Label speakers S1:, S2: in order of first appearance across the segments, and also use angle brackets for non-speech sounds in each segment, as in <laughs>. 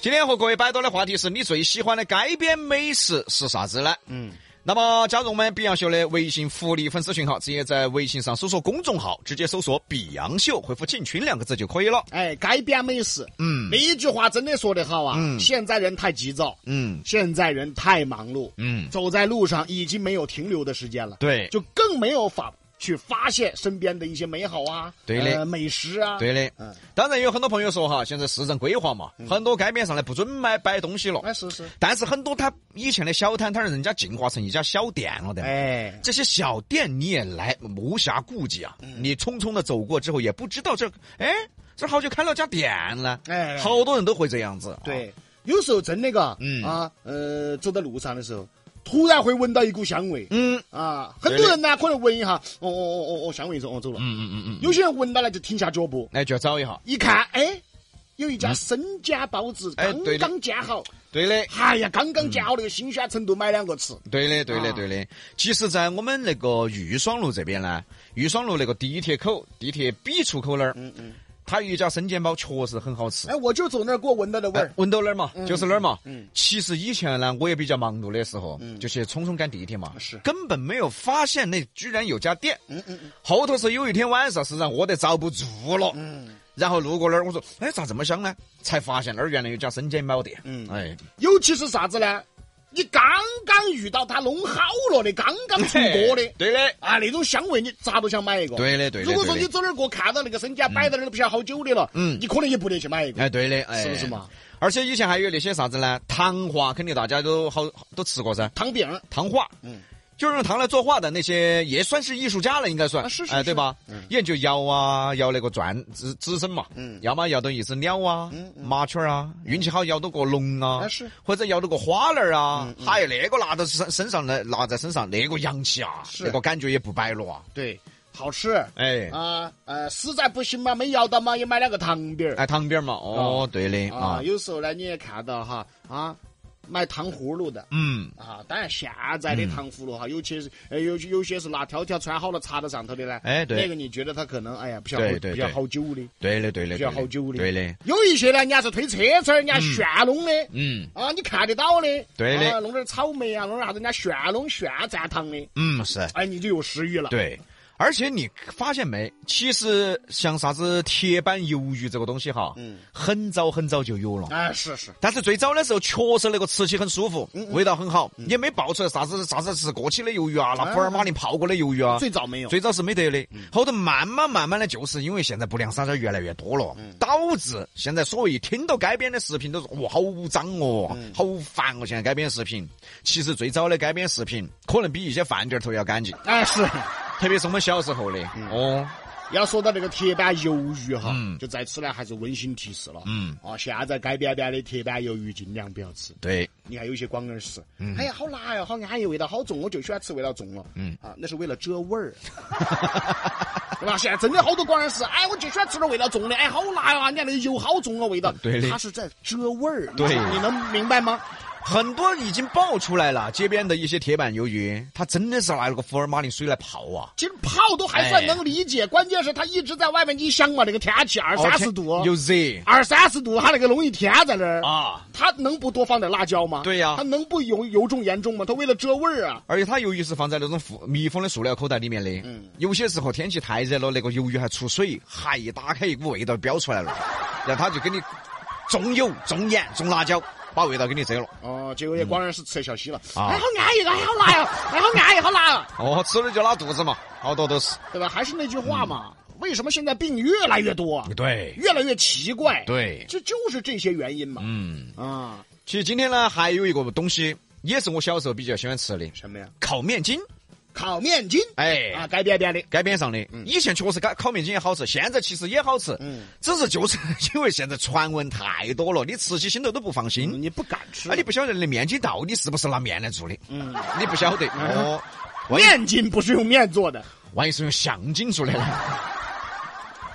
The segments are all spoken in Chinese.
S1: 今天和各位摆到的话题是你最喜欢的街边美食是啥子呢？嗯。那么，加入我们比洋秀的微信福利粉丝群啊号，直接在微信上搜索公众号，直接搜索“比洋秀”，回复“进群”两个字就可以了。
S2: 哎，街边美食，嗯，那一句话真的说得好啊，嗯，现在人太急躁，
S1: 嗯，
S2: 现在人太忙碌，
S1: 嗯，
S2: 走在路上已经没有停留的时间了，
S1: 对
S2: 就更没有法去发现身边的一些美好啊，
S1: 对嘞
S2: 呃美食啊，
S1: 对的，
S2: 嗯
S1: 当然有很多朋友说哈，现在市政规划嘛，很多街边上呢不准买摆东西了，
S2: 哎，是是，
S1: 但是很多他以前的小摊摊儿，人家进化成一家小店了的。
S2: 哎，
S1: 这些小店你也来无暇顾及啊！
S2: 嗯
S1: 你匆匆的走过之后，也不知道这，哎，这好久开了家店了，
S2: 哎
S1: 好多人都会这样子。啊
S2: 对，有时候真的嘎，
S1: 嗯
S2: 啊，呃，走在路上的时候，突然会闻到一股香味，
S1: 嗯，
S2: 啊，很多人呢可能闻一下，哦哦哦哦哦，香味一说，哦走了，
S1: 嗯嗯嗯嗯，
S2: 有些人闻到了就停下脚步，
S1: 哎，就要找一下。
S2: 一看，哎，有一家生煎包子
S1: 哎
S2: 刚
S1: 对的
S2: 刚煎好，
S1: 对的，
S2: 哎呀，刚刚煎好那个新鲜程度，买两个吃。
S1: 对的，对的，
S2: 啊
S1: 对的。其实，在我们那个玉爽路这边呢，玉爽路那个地铁口、地铁 B 出口那儿，
S2: 嗯嗯，
S1: 它有一家生煎包，确实很好吃。
S2: 哎，我就走那儿给我闻到的味
S1: 哎
S2: 儿，
S1: 闻到那儿嘛，就是那儿嘛。
S2: 嗯
S1: 其实以前呢，我也比较忙碌的时候，就去匆匆赶地铁嘛，
S2: 是
S1: 根本没有发现那居然有家店。
S2: 嗯嗯嗯
S1: 后头是有一天晚上，是让饿得遭不住了，
S2: 嗯，
S1: 然后路过那儿，我说，哎，咋这么香呢？才发现那儿原来有家生煎包店。
S2: 嗯
S1: 哎，，
S2: 尤其是啥子呢？你刚刚遇到它弄好了的，刚刚出锅的
S1: 对的，
S2: 啊，那种香味你咋都想买一个。
S1: 对的，对的。
S2: 如果说
S1: 对的
S2: 你走那儿过看到那个生煎摆在那儿不晓得好久的了，
S1: 嗯
S2: 你可能也不得去买一个。
S1: 哎，对的，哎，
S2: 是不是嘛？
S1: 而且以前还有那些啥子呢？糖化肯定大家都好都吃过噻，
S2: 汤饼儿，
S1: 糖化，
S2: 嗯，
S1: 就是用糖来作画的那些也算是艺术家了，应该算，
S2: 啊是是
S1: 哎，
S2: 是
S1: 对吧？研究摇啊，摇那个转支支撑嘛，
S2: 嗯
S1: 要么摇到一只鸟啊，麻雀儿啊，运气好摇到个龙啊
S2: 啊，是，嗯
S1: 或者摇到个花篮儿啊，还有那个拿到身身上来拿在身上，那个洋气啊，
S2: 是
S1: 那个感觉也不摆了啊，
S2: 对，好吃。
S1: 哎，
S2: 啊，呃，实在不行嘛，没摇到嘛，也买两个糖饼儿。
S1: 哎，糖饼儿嘛，哦，对的
S2: 啊，
S1: 啊，
S2: 有时候呢，你也看到哈啊，买糖葫芦的
S1: 嗯，
S2: 啊，当然现在的糖葫芦哈，有些是呃有有些是拿挑挑穿好了插到上头的呢。
S1: 哎对
S2: 那个你觉得它可能哎呀不晓
S1: 对
S2: 得
S1: 对
S2: 比较
S1: 对
S2: 好久的，
S1: 对的，对的，
S2: 比较
S1: 对的
S2: 好久的。
S1: 对的，，
S2: 有一些呢，人家是推车车，人家旋弄的。
S1: 嗯
S2: 啊，你看得到的，
S1: 对的
S2: 啊，弄点草莓啊，弄点啥子，人家旋弄旋蘸糖的，
S1: 嗯是。
S2: 哎，你就有食欲了。，
S1: 对，而且你发现没？其实像啥子铁板鱿鱼这个东西哈，
S2: 嗯
S1: 很早很早就有了。
S2: 哎，是是，
S1: 但是最早的时候，确实那个吃起很舒服，
S2: 嗯
S1: 味道很好，也没爆出来啥子啥子是过期的鱿鱼啊，拿福尔马林泡过的鱿鱼啊。
S2: 最嗯早没有，
S1: 最早是没得的，后头慢慢慢慢的，就是因为现在不良商家越来越多了，
S2: 嗯
S1: 导致现在所谓一听到街边的食品都是哇好污脏哦，
S2: 嗯
S1: 好烦哦！现在街边食品，其实最早的街边食品可能比一些饭店儿头要干净。
S2: 哎是。
S1: 特别是我们小时候的，哦，
S2: 要说到这个铁板鱿鱼哈，
S1: 嗯
S2: 就在此呢还是温馨提示了。
S1: 嗯，
S2: 啊，现在街边边的铁板鱿鱼尽量不要吃。
S1: 对，
S2: 你看有些广而吃，哎呀，好辣呀，好安逸，味道好重，我就喜欢吃味道重了。
S1: 嗯，
S2: 啊，那是为了遮味儿， <laughs> 对吧？现在真的好多广而吃，哎，我就喜欢吃点味道重的，哎，好辣呀，你看那个油好重啊，味道。
S1: 对的
S2: 它是在遮味儿。
S1: 对
S2: 你能明白吗？
S1: 很多已经爆出来了，街边的一些铁板鱿鱼，它真的是拿那个福尔马林水来泡啊，
S2: 其实泡都还算能理解，
S1: 哎
S2: 关键是它一直在外面，你想嘛，那个天气二三十度，哦
S1: 又热
S2: 二三十度，它那个弄一天在那儿
S1: 啊，
S2: 他能不多放点辣椒吗？
S1: 对呀
S2: 他能不油油重盐重吗？他为了遮味儿啊。
S1: 而且它鱿鱼是放在那种塑密封的塑料口袋里面的，嗯，有些时候天气太热了，那个鱿鱼还出水，还一打开一股味道飙出来 <laughs> 了，然后它就给你重油、重盐、重辣椒，把味道给你遮了，
S2: 哦，结果也光然是吃得小西了。
S1: 啊
S2: 哎，好安逸啊，哎，好辣呀，哎，好安逸，好辣啊，
S1: 哦，吃了就拉肚子嘛，好多都是，
S2: 对吧？还是那句话嘛，为什么现在病越来越多，啊
S1: 对
S2: 越来越奇怪？，
S1: 对，
S2: 这就是这些原因嘛。
S1: 嗯，
S2: 啊，
S1: 其实今天呢，还有一个东西，也是我小时候比较喜欢吃的，
S2: 什么呀？
S1: 烤面筋，
S2: 烤面筋。
S1: 哎，
S2: 啊，街边边的。
S1: 街边上的，以前确实烤烤面筋也好吃，现在其实也好吃，
S2: 嗯
S1: 只是就是 <laughs> 因为现在传闻太多了，你吃起心头都不放心。
S2: 嗯哎你不敢吃
S1: 啊，你不晓得那面筋到底是不是拿面来做的，
S2: 嗯，
S1: 你不晓得哦，万一
S2: 面筋不是用面做的
S1: 万一是用橡筋做的呢？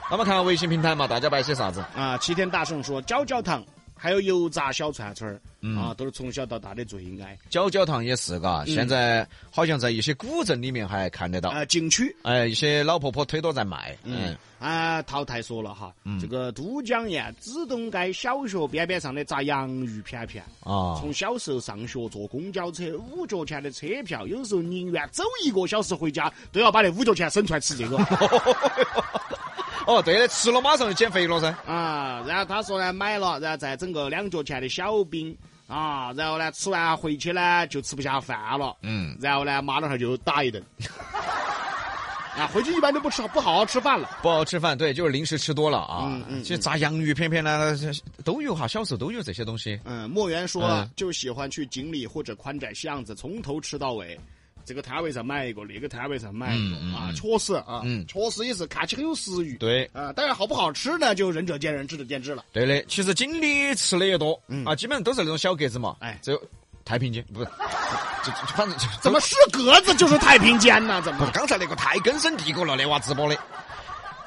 S1: 那么看看微信平台嘛，大家摆些啥子？
S2: 啊。齐天大圣说：“焦焦糖还有油炸小串串儿啊，都是从小到大的最爱。
S1: 焦焦糖也是嘎，现在好像在一些古镇里面还看得到，
S2: 啊，景区
S1: 哎，一些老婆婆推door在卖，嗯，
S2: 啊，淘汰说了哈，这个都江堰紫东街小学边边上的炸洋芋片片，
S1: 啊，
S2: 从小时候上学坐公交车五角钱的车票，有时候宁愿走一个小时回家，都要把那五角钱省出来
S1: <laughs>
S2: 吃这个
S1: 哦，对了，吃了马上就减肥了噻，
S2: 啊。然后他说呢，买了，然后再整个两角钱的小饼啊，然后呢吃完回去呢就吃不下饭了，
S1: 嗯，
S2: 然后呢妈老汉儿就
S1: <laughs>
S2: 打一顿。啊，回去一般都不吃，不好好吃饭了。
S1: 不好吃饭，对，就是零食吃多了啊
S2: 嗯。嗯
S1: 其实炸洋芋片片呢，都有哈，小时候都有这些东西。
S2: 嗯，莫言说了
S1: 嗯，
S2: 就喜欢去锦里或者宽窄巷子，从头吃到尾。这个摊位上买一个，那个摊位上买一个、
S1: 嗯嗯
S2: 啊，
S1: 嗯
S2: 确实啊，
S1: 嗯
S2: 确实也是看起很有食欲。
S1: 对，
S2: 啊，当然好不好吃呢，就仁者见仁，智者见智了。
S1: 对的，其实锦里吃的也多，
S2: 嗯
S1: 啊，基本上都是那种小格子嘛，
S2: 哎
S1: 只有太平间不是，就就反正就
S2: <laughs> 怎么是格子就是太平间呢？怎
S1: 不
S2: 么
S1: 是？刚才那个太根深蒂固了，那娃直播的，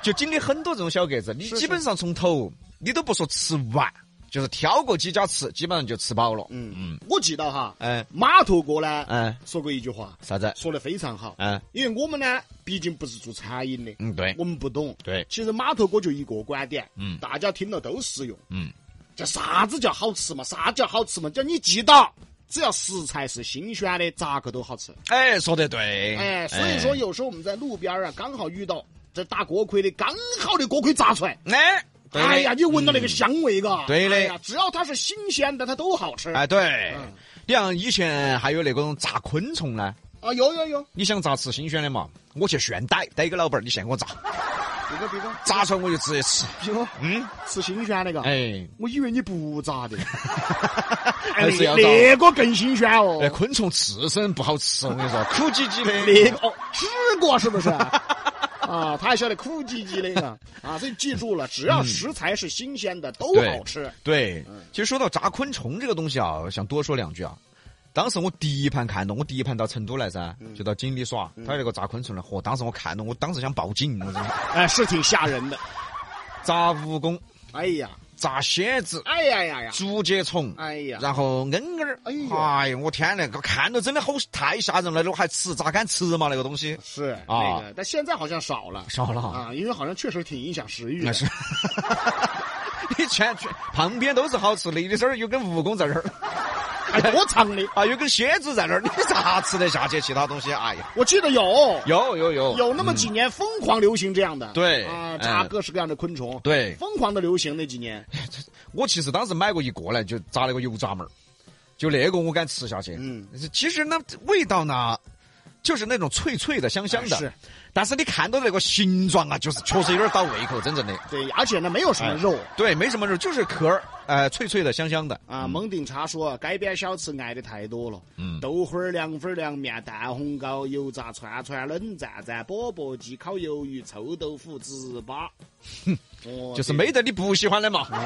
S1: 就锦里很多这种小格子，你
S2: 是
S1: 基本上从头你都不说吃完，就是挑过几家吃，基本上就吃饱了。
S2: 嗯
S1: 嗯，
S2: 我记得哈，
S1: 哎
S2: 码头哥呢，
S1: 哎，
S2: 说过一句话，
S1: 啥子？
S2: 说的非常好，
S1: 哎
S2: 因为我们呢，毕竟不是做餐饮的，
S1: 嗯，对
S2: 我们不懂。
S1: 对，
S2: 其实码头哥就一个观点，
S1: 嗯
S2: 大家听了都适用。
S1: 嗯，
S2: 这啥子叫好吃嘛？啥叫好吃嘛？叫你记到，只要食材是新鲜的，咋个都好吃。
S1: 哎，说得对，
S2: 哎，所以说有时候我们在路边啊，刚好遇到这大锅盔的，刚好的锅盔炸出来，
S1: 哎，对的
S2: 哎呀，你闻到那个香味嘎、
S1: 对的
S2: 哎呀，只要它是新鲜的，它都好吃。
S1: 哎，对
S2: 嗯，
S1: 你像以前还有那种炸昆虫呢，
S2: 啊，有有有，
S1: 你想咋吃新鲜的嘛？我去炫逮，逮一个老板儿，你现给我炸，
S2: 别个别个，
S1: 炸出来我就直接吃。
S2: 别个
S1: 嗯，
S2: 吃新鲜的嘎。
S1: 哎，
S2: 我以为你不炸
S1: <laughs>
S2: 的，
S1: 还是要炸。
S2: 那个更新鲜哦
S1: 哎，。昆虫刺身不好吃，我跟你说，苦唧
S2: <laughs>
S1: 唧
S2: 那
S1: 的。
S2: 个哦，吃过是
S1: <laughs>
S2: 不是？啊，他还晓得苦唧唧的呢。啊，所以记住了，只要食材是新鲜的，都好吃。
S1: 嗯对，其实说到炸昆虫这个东西啊，我想多说两句啊。当时我第一盘看到，我第一盘到成都来噻，
S2: 嗯
S1: 就到锦里耍，他有那个炸昆虫的，嚯！当时我看到，我当时想报警，我真的。
S2: 哎，是挺吓人的。
S1: 炸蜈蚣、
S2: 哎呀，
S1: 炸蝎子、
S2: 哎呀呀呀，
S1: 竹节虫，
S2: 哎呀，
S1: 然后恩儿，
S2: 哎
S1: 哎
S2: 呦
S1: 呦，我天那个看着真的好太吓人了，我还吃咋敢吃嘛那个东西？
S2: 是
S1: 啊
S2: 那个，但现在好像少了
S1: 少了啊，
S2: 啊，因为好像确实挺影响食
S1: 那
S2: 欲的。
S1: 啊是。 <laughs> 你全全旁边都是好吃的，你这儿有根蜈蚣在这儿，
S2: 哎，多长的？
S1: 啊，有根蝎子在那儿，你咋吃得下去其他东西？哎呀，
S2: 我记得有
S1: 有有有
S2: 有那么几年疯狂流行这样的，
S1: 对
S2: 啊，
S1: 嗯
S2: 炸各式各样的昆虫，
S1: 对
S2: 疯狂的流行那几年，
S1: 我其实当时买过一个呢，就炸了个油炸门儿，就那个我敢吃下去。
S2: 嗯，
S1: 其实呢，味道呢，就是那种脆脆的、香香的，
S2: 哎是
S1: 但啊是你看到那个形状啊，就是确实有点倒胃口，真正的。
S2: 对，而且呢没有什么
S1: 哎
S2: 肉，
S1: 对，没什么肉，就是壳儿，呃，脆脆的、香香的。
S2: 啊，蒙顶茶说，街边小吃爱的太多了，
S1: 嗯
S2: 豆花儿、凉粉儿、凉面、蛋烘糕、油炸串串、冷蘸蘸、钵钵鸡、烤鱿鱼、臭豆腐、糍粑，哦
S1: 就是没嗯得你不喜欢的嘛，
S2: 这哦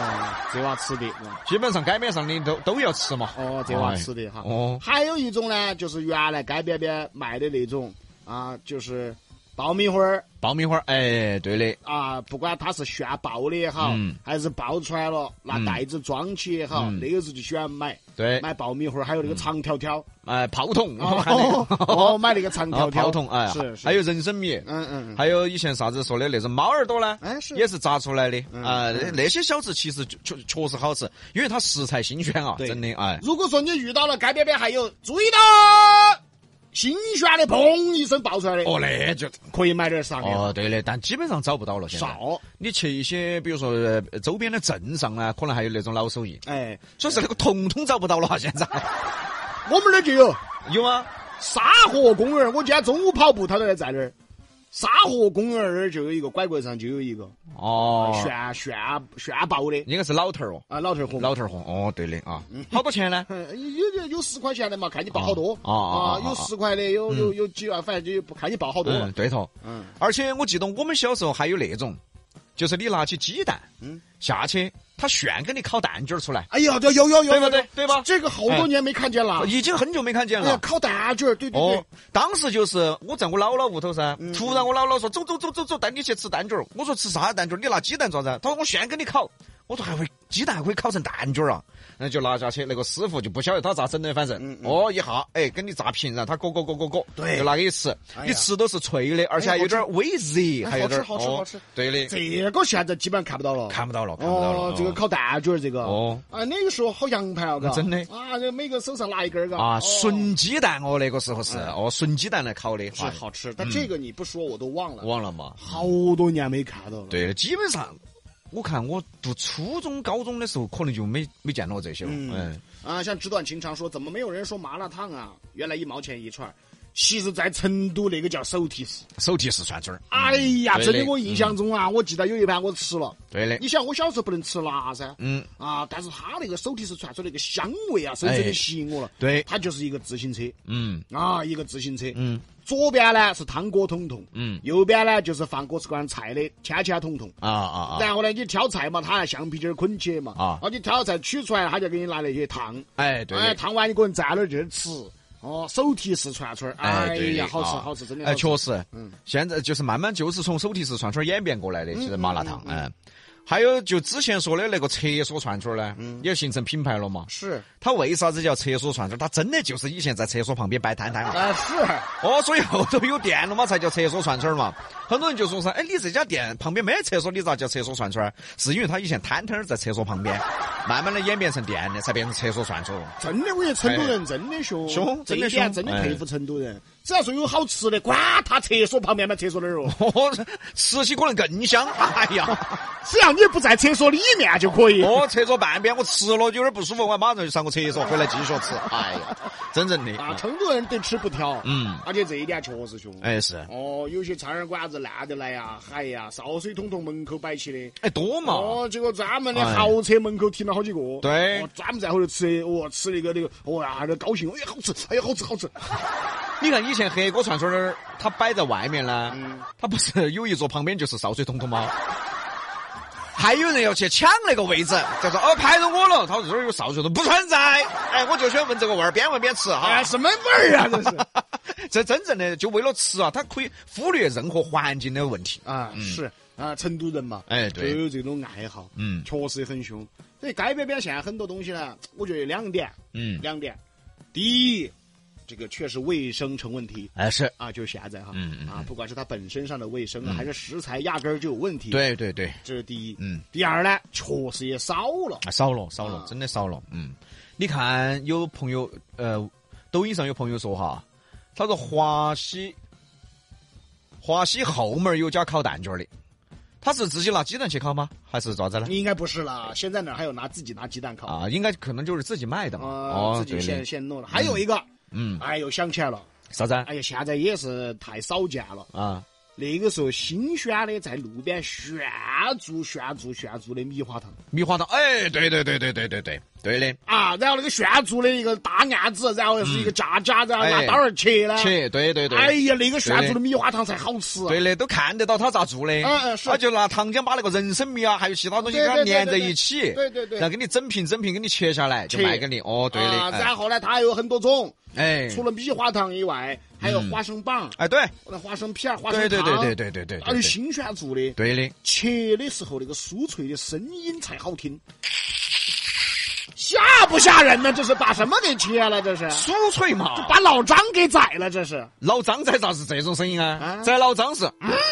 S2: 这娃吃的。哦
S1: 基本上街面上的都都要吃嘛。哎
S2: 哦，这娃吃的哈。
S1: 哦
S2: 还有一种呢，就是原来街边边卖的那种啊，就是爆米花儿
S1: 爆米花儿，哎，对的，
S2: 啊，不管它是炫爆的也好，
S1: 嗯
S2: 还是爆出来了拿袋子装起也好，
S1: 嗯哎
S2: 那个时候就喜欢买
S1: 对，
S2: 买爆米花儿，还有那个长条条。
S1: <laughs> 哎，炮筒，我们喊
S2: 哦
S1: 那，个
S2: 哦，买那个长
S1: 啊，
S2: 条条
S1: 炮筒，哎，
S2: 是是，
S1: 还有人参米，
S2: 嗯嗯，嗯
S1: 还有以前啥子说的那种猫耳朵呢，
S2: 哎是
S1: 也是炸出来的
S2: 嗯
S1: 啊。那那些小吃其实就确确实好吃，因为它食材新鲜啊，
S2: 对
S1: 真的哎。
S2: 如果说你遇到了街边边还有注意到新鲜的，砰一声爆出来的，
S1: 哦，那就
S2: 可以买点啥的，
S1: 哦，对的，但基本上找不到了。现在
S2: 少。
S1: 你去一些，比如说呃周边的镇上呢，可能还有那种老手艺，
S2: 哎，
S1: 所以说那个桶桶找不到了啊。现在
S2: 我们那儿就有
S1: 有吗？
S2: 沙河公园儿，我今天中午跑步，他都在在那儿。沙河公园儿那儿就有一个拐棍上就有一个
S1: 哦，
S2: 炫炫炫爆的
S1: 应该是老头儿哦，
S2: 啊，老头儿红。
S1: 老头儿红。哦，对的啊，好多钱呢？
S2: 嗯有有有十块钱的嘛，看你报好多啊
S1: 哦哦哦
S2: 有
S1: 哦
S2: 十块的，有有有几万，反正就不看你报好多了
S1: 嗯，。对头。
S2: 嗯，
S1: 而且我记得我们小时候还有那种，就是你拿起鸡蛋，
S2: 嗯
S1: 下去，它炫给你烤蛋卷儿出来，
S2: 哎呀，对，有有有，
S1: 对
S2: 有
S1: 不对？？对吧？
S2: 这个好多年没看见了。哎
S1: 已经很久没看见
S2: 啊哎呀
S1: 了，。
S2: 烤蛋卷儿，对对对嗯
S1: 哦，，当时就是我在我姥姥屋头噻，突然我姥姥说走走走走走，带你去吃蛋卷儿。我说吃啥蛋卷儿？你拿鸡蛋咋子？他说我现给你烤。我说还会哎鸡蛋还可以烤成蛋卷儿啊！那就拿下去，那个师傅就不晓得他咋整的，反正、
S2: 嗯嗯
S1: 哦一下，哎，给你炸平，然后他裹裹裹裹裹，
S2: 对
S1: 就拿给你吃，
S2: 哎呀
S1: 你吃都是脆的，而且还有点儿微热，
S2: 哎
S1: 还有点儿
S2: 好吃好吃
S1: 哦
S2: 好吃
S1: 对的，
S2: 这个现在基本上看不到了，
S1: 看不到了，看不到了，
S2: 哦，这个
S1: 哦
S2: 烤蛋卷儿这个，
S1: 哦，
S2: 啊，那个时候好洋盘啊，嘎，
S1: 真的
S2: 啊，这每个手上拿一根儿，嘎，
S1: 啊，
S2: 哦嗯
S1: 吮鸡蛋哦，那个时候是哦，吮鸡蛋来烤的，
S2: 是
S1: 哇
S2: 好吃，
S1: 嗯
S2: 但这个你不说我都忘了，
S1: 忘了嘛？
S2: 好多年没看到了，
S1: 对，基本上我看我读初中、高中的时候，可能就没没见到这些了。
S2: 嗯
S1: 嗯，
S2: 啊，像纸短情长说，怎么没有人说麻辣烫啊？原来一毛钱一串儿，其实在成都那个叫手提市。
S1: 手提式串串儿，
S2: 哎呀，
S1: 嗯对嗯
S2: 真
S1: 的
S2: 的，我印象中啊，我记得有一盘我吃了。
S1: 对的，
S2: 你想，我小时候不能吃辣噻，
S1: 嗯，
S2: 啊，但是它那个手提式传出那个香味啊，深深的
S1: 哎
S2: 吸引我了。
S1: 对，
S2: 它就是一个自行车
S1: 嗯
S2: 啊，一个自行车。
S1: 嗯
S2: 左边呢是汤锅桶桶，
S1: 嗯，
S2: 右边呢就是放各式各样菜的签签桶桶。
S1: 啊啊啊，
S2: 然后呢，你挑菜嘛，它拿橡皮筋儿捆起嘛，
S1: 啊
S2: 你挑菜取出来，它就给你拿那些烫。
S1: 哎，对
S2: 哎，
S1: 的。
S2: 烫完一个人站那儿就在吃，哦，手提式串串儿，哎
S1: 对的
S2: 呀，好吃
S1: 啊
S2: 好吃，真的好
S1: 哎，
S2: 吃，
S1: 确实，
S2: 嗯
S1: 现在就是慢慢就是从手提式串串儿演变过来的，其实麻辣烫，
S2: 嗯嗯
S1: 嗯，还有就之前说的那个厕所串串儿呢，也形成品牌了嘛。
S2: 嗯是，
S1: 它为啥子叫厕所串串儿？它真的就是以前在厕所旁边摆摊啊
S2: <laughs>
S1: 摊嘛。
S2: 哎是，
S1: 哦，所以后头有店了嘛，才叫厕所串串儿嘛。很多人就说噻，哎，你这家店旁边没厕所，你咋叫厕所串串儿？是因为他以前摊摊儿在厕所旁边，慢慢的演变成店的，才变成厕所串串儿。
S2: 真的，我觉得成都人真的凶，
S1: 凶
S2: 这
S1: 哎真
S2: 一
S1: 的
S2: 点
S1: 凶
S2: 真的
S1: 哎
S2: 佩服成都人。只要说有好吃的，管他厕所旁边嘛，厕所哪儿哦，
S1: <laughs> 哦，吃起可能更香。哎呀，
S2: 只要你不在厕所里面就可以。
S1: 哦，厕所半边我吃了就有点不舒服，我还马上就上个厕所，回来继续吃。哎呀，真正的，
S2: 啊，成都人对吃不挑，
S1: 嗯，
S2: 而且这一点确实凶。
S1: 哎是，
S2: 哦，有些餐馆子烂得来呀，嗨呀，烧水桶从门口摆起的。
S1: 哎多嘛，
S2: 哦，结果专门的
S1: 哎
S2: 豪车门口停了好几个，
S1: 对
S2: 哦，专门在后头吃的，哦，吃那个那个，哦呀，那高兴，哎呀，好吃，哎呀，好吃，好吃，
S1: 啊 <laughs> 你看以前黑锅串串儿，它摆在外面呢
S2: 嗯，
S1: 它不是有一座旁边就是烧水桶桶吗？ <laughs> 还有人要去抢那个位置，就说哦排到我了，他说这儿有烧水桶，不存在。哎，我就喜欢闻这个味儿，边闻边吃哈 <laughs>
S2: 哎，。什么味儿啊，这是，
S1: 这真正的就为了吃啊，他可以忽略任何环境的问题。
S2: 啊，是啊，成都人嘛，
S1: 嗯哎
S2: 就
S1: 对
S2: 有这种爱好，
S1: 嗯
S2: 确实很凶。所以街边边现在很多东西呢，我觉得两点，
S1: 嗯，
S2: 两点，第一，这个确实卫生成问题。
S1: 哎是，
S2: 啊，就是现在哈，
S1: 嗯嗯
S2: 啊，不管是它本身上的卫生啊，还是食材压根儿就有问题，，
S1: 对对对，
S2: 这是第一。
S1: 嗯，
S2: 第二呢，确实也少了，
S1: 啊少了少
S2: 啊
S1: 了，真的少了。嗯，你看有朋友呃，抖音上有朋友说哈，他说华西华西后门儿有家烤蛋卷儿的，他是自己拿鸡蛋去烤吗？还是咋子呢？
S2: 应该不是啦，现在哪还有拿自己拿鸡蛋烤？
S1: 啊，应该可能就是自己卖的嘛。
S2: 啊，自己
S1: 哦对
S2: 现
S1: 的，
S2: 现弄了。还有一个，
S1: 嗯，
S2: 哎呦，想起来了，
S1: 啥子啊？
S2: 哎呀，现在也是太少见了。
S1: 啊，
S2: 那个时候新鲜的，在路边炫做炫做炫做的米花糖
S1: 米花糖，哎，对对对对对对对，对的，
S2: 啊，然后那个炫做的一个大案子，然后是一个架架，然后拿
S1: 哎
S2: 刀儿切呢。
S1: 切，对对对，
S2: 哎呀，那个炫做的米花糖才好吃。啊
S1: 对的，都看得到他咋做的，
S2: 嗯嗯是
S1: 他就拿糖浆把那个人参米啊，还有其他东西
S2: 对
S1: 给
S2: 对
S1: 它
S2: 对
S1: 粘在
S2: 对对
S1: 一起，
S2: 对对对
S1: 然后给你整瓶整瓶给你切下来，就
S2: 切
S1: 卖给你，哦，对
S2: 啊，
S1: 的，
S2: 然后呢，它还有很多种，
S1: 哎，
S2: 除了米花糖以外，还有花生棒、
S1: 哎，对，
S2: 那花生片儿、花生
S1: 对
S2: 糖，
S1: 对对对对对对
S2: 还有
S1: 对，
S2: 新炫做的，
S1: 对的，
S2: 切的时候那个酥脆的声音才好听。吓不吓人呢？这是把什么给切了？这是
S1: 酥脆嘛，
S2: 把老张给宰了？这 <laughs> 是
S1: 老张在咋是这种声音啊
S2: 啊？
S1: 在老张是， <laughs>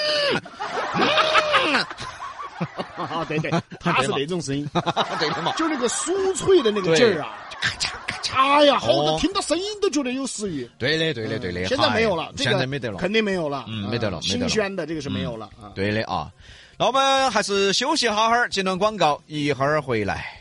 S2: 啊，对对，他是那种声音，
S1: 对的嘛，
S2: 就那个酥脆的那个劲儿啊，
S1: 咔嚓咔嚓，
S2: 哎呀，好多
S1: 哦
S2: 听到声音都觉得有食欲。
S1: 对的对的对的，
S2: 嗯现在没有
S1: 嗨
S2: 了，这个
S1: 现在没得了，
S2: 肯定没有了，
S1: 嗯没得了没得
S2: 新
S1: 了
S2: 鲜的这个是没有了啊。
S1: 对的啊。那我们还是休息哈哈儿，接段广告，一会儿回来。